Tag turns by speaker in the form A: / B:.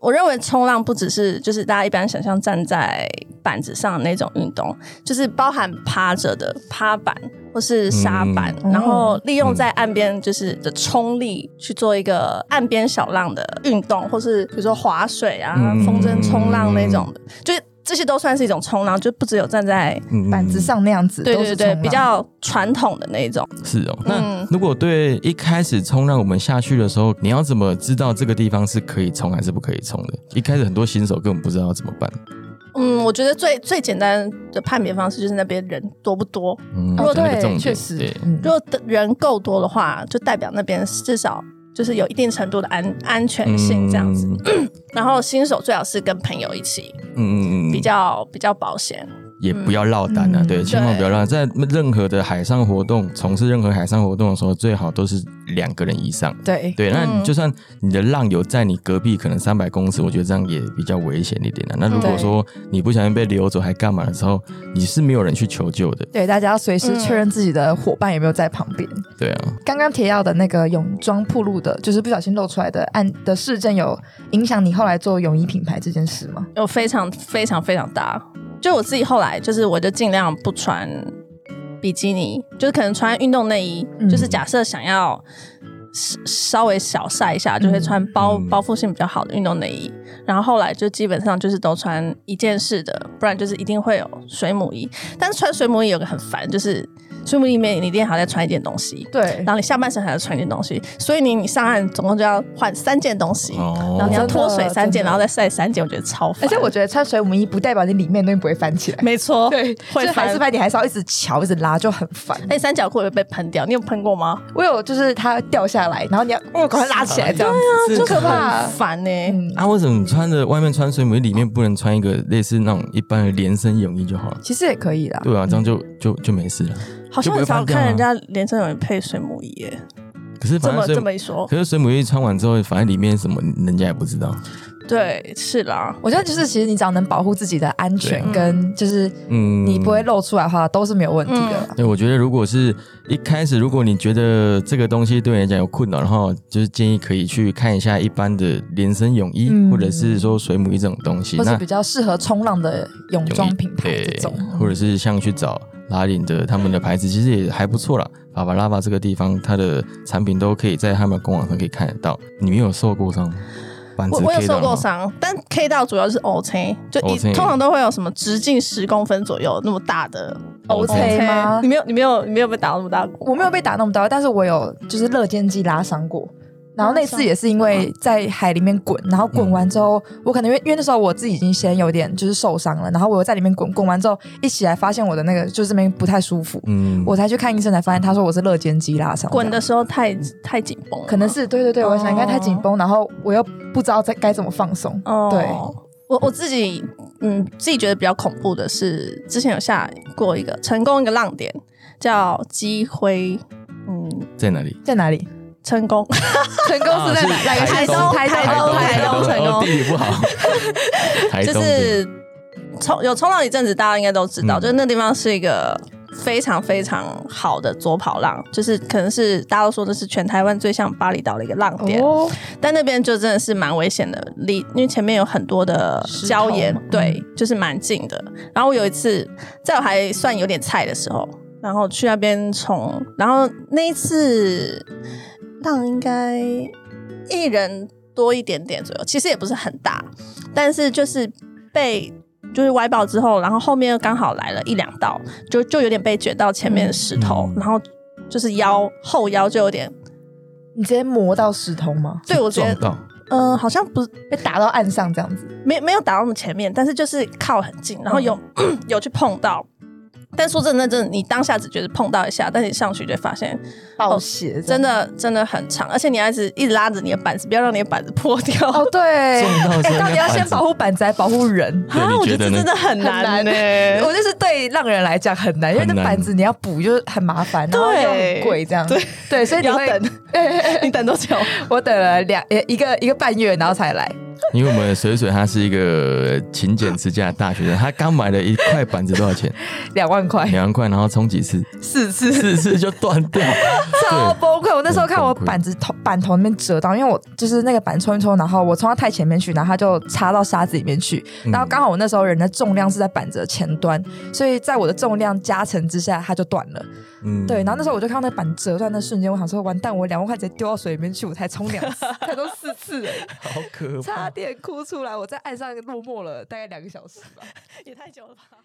A: 我认为冲浪不只是就是大家一般想象站在板子上的那种运动，就是包含趴着的趴板或是沙板，
B: 嗯
A: 然后利用在岸边就是的冲力去做一个岸边小浪的运动，或是比如说划水啊、
C: 嗯
A: 风筝冲浪那种的，就是这些都算是一种冲浪，就不只有站在
C: 嗯
B: 板子上那样子，
A: 对
B: 都
A: 对
B: 是
A: 对
B: 冲
A: 比
B: 浪
A: 较传统的那一种。
C: 是哦。那
A: 嗯
C: 如果对一开始冲浪，我们下去的时候，你要怎么知道这个地方是可以冲还是不可以冲的？一开始很多新手根本不知道怎么办。
A: 嗯，我觉得最最简单的判别方式就是那边人多不多，
C: 嗯，
B: 哦，
C: 这是一个重
B: 对，
C: 点
B: 确实
C: 对，
B: 嗯
A: 如果人够多的话，就代表那边至少就是有一定程度的安安全性这样子。然后新手最好是跟朋友一起，
C: 嗯嗯嗯，
A: 比较比较保险。
C: 也不要落单啊，
B: 嗯
C: 对，
B: 嗯
C: 千万不要落单。在任何的海上活动，从事任何海上活动的时候，最好都是两个人以上。
B: 对，
C: 对，那你
A: 嗯
C: 就算你的浪有在你隔壁可能三百公尺，我觉得这样也比较危险一点的、那如果
B: 对
C: 说你不小心被流走还干嘛的时候，你是没有人去求救的，
B: 对，大家要随
A: 嗯
B: 时确认自己的伙伴有没有在旁边。
C: 对啊，
B: 刚刚提到的那个泳装铺路的，就是不小心露出来的案的事件，有影响你后来做泳衣品牌这件事吗？
A: 有非常非常非常大。就我自己后来就是，我就尽量不穿比基尼，就是可能穿运动内衣。
B: 嗯
A: 就是假设想要稍稍微小晒一下，就会穿包、
C: 嗯
A: 包覆性比较好的运动内衣。然后后来就基本上就是都穿一件式的，不然就是一定会有水母衣。但是穿水母衣有个很烦，就是水母衣里面你一定还要再穿一件东西。
B: 对
A: 然，后你下半身还要穿一件东西，所以你你上岸总共就要换三件东西，
C: 哦
A: 然后你
B: 啊
A: 要脱水三
B: 真的真
A: 件，
B: 的
A: 然后再晒三件，我觉得超烦。
B: 而且 我觉得穿水母衣不代表你里面的东西不会翻 起来，
A: 没错，
B: 对，
A: 会
B: 就还
A: 翻
B: 是。翻，你还是要一直瞧，一直拉，就很烦。
A: 那三角裤也被喷掉，你有喷过吗？
B: 我有就是它掉下来，然后你要哦，赶快拉起 来，这样子，
C: 就
B: 很可怕
A: 很。烦欸呢、
B: 嗯，
C: 啊，为什么你穿着外面穿水母衣，里面不能穿一个类似那种一般的连身泳衣就好了？
B: 其实也可以啦。
C: 对啊，这样就就就没事了。
A: 好像很少
C: 啊
A: 看人家连身泳衣配水母衣耶、
C: 可是
A: 这
C: 反
A: 么
C: 正
A: 这么
C: 水，
A: 一说，
C: 可是水母衣穿完之后，反正里面什么人家也不知道。
A: 对，是啦。
B: 我觉得就是，其实你只要能保护自己的安全，
A: 对
B: 跟就是
C: 嗯，
B: 你不会露出来的话，都是没有问题的
A: 嗯
B: 啦。
C: 对，我觉得如果是一开始，如果你觉得这个东西对你来讲有困扰，然后就是建议可以去看一下一般的连身泳衣，
B: 嗯
C: 或者是说水母衣这种东西。
B: 或是
C: 那
B: 比较适合冲浪的泳
C: 泳衣
B: 装品牌
C: 对
B: 这种，
C: 或者是像去找拉领的他们的牌子，其实也还不错啦。法巴拉巴这个地方，它的产品都可以在他们官网上可以看得到。你没有受过伤吗？板子
A: 我我有
C: K 到
A: 受
C: 了
A: 过
C: 吗，
A: 伤，但 K 到主要是 O C，就一
C: OK
A: 通常都会有什么直径十公分左右那么大的
C: OK
A: OK
B: 吗
A: 你没有你没有你没有被打到那么大过？
B: 我没有被打那么多，但是我有就是热肩肌拉伤过。然后那
A: 拉
B: 次
A: 伤
B: 也是因为
A: 嗯
B: 在海里面滚，然后滚完之后，我可能因为因为那时候我自己已经先有点就是受伤了，然后我又在里面滚，滚完之后一起来发现我的那个就是这边不太舒服，
C: 嗯，
B: 我才去看医生，才发现他说我是热肩肌拉伤，
A: 滚的时候太太紧绷了吗，
B: 可能是对对对，我想应该太紧绷，然后我又不知道在该怎么放松，
A: 哦，
B: 对，
A: 我我自己嗯自己觉得比较恐怖的是，之前有下过一个成功一个浪点叫鸡灰，嗯，
C: 在哪里？啊
B: 在哪里？
A: 成功
B: 成功啊是在哪哪个
C: 台
B: 县市
C: 东
B: 台
A: 台
B: 东
A: 东
B: 台
A: 台
B: 东
A: 东成功
C: 哦地理不好，台
A: 就
C: 东
A: 是冲有冲浪一阵子，大家应该都知道，
C: 嗯
A: 就是那地方是一个。非常非常好的左跑浪，就是可能是大家都说这是全台湾最像巴厘岛的一个浪点，
B: 哦，
A: 但那边就真的是蛮危险的，离因为前面有很多的
B: 石头
A: 礁岩
B: 嘛，嗯
A: 对，就是蛮近的。然后我有一次，在我还算有点菜的时候，然后去那边冲，然后那一次浪应该一人多一点点左右，其实也不是很大，但是就是被。就是歪爆之后，然后后面又刚好来了一两道，就就有点被卷到前面的石头，
C: 嗯
A: 然后就是腰后腰就有点，
B: 你直接磨到石头吗？
A: 对我觉
C: 撞
A: 得，
C: 到，
A: 嗯、好像不是
B: 被打到岸上这样子，
A: 没没有打到那么前面，但是就是靠很近，然后有、 有去碰到。但说真的，真的，你当下只觉得碰到一下，但你上去就会发现，
B: 爆血这样
A: 真的真的很长，而且你要一直一直拉着你的板子，不要让你的板子破掉。
B: 哦，对，哎
C: 撞到之后
B: 到底要先保护板子，还保护人？
C: 对你
A: 啊我
C: 觉
A: 觉得
C: 得
A: 这
C: 呢
A: 真的很难欸
B: 很难
A: 呢、
B: 我就是对浪人来讲很难，因为那
C: 很难
B: 板子你要补就是很麻烦，然后
A: 对
B: 又很贵这样，对所以你
A: 要
B: 会
A: 等，你等多久？
B: 我等了两呃一个一个半月，然后才来，
C: 因为我们水水他是一个勤俭持家的大学生，他刚买了一块板子多少钱？
B: 两万块
C: 两万块，然后充几次？
B: 四次，
C: 四次就断掉。
B: 超崩溃！我那时候看我
C: 很崩溃
B: 板子头板头那边折到，因为我就是那个板冲一冲，然后我冲到太前面去，然后它就插到沙子里面去，
C: 嗯
B: 然后刚好我那时候人的重量是在板子的前端，所以在我的重量加成之下，它就断了。
C: 嗯
B: 对，然后那时候我就看到那板折断的瞬间，我想说完蛋，我两万块直接丢到水里面去，我才冲两 次，才冲四次而已，
C: 好可怕
B: 差点哭出来，我在岸上落寞了大概两个小时吧。
A: 也太久了吧。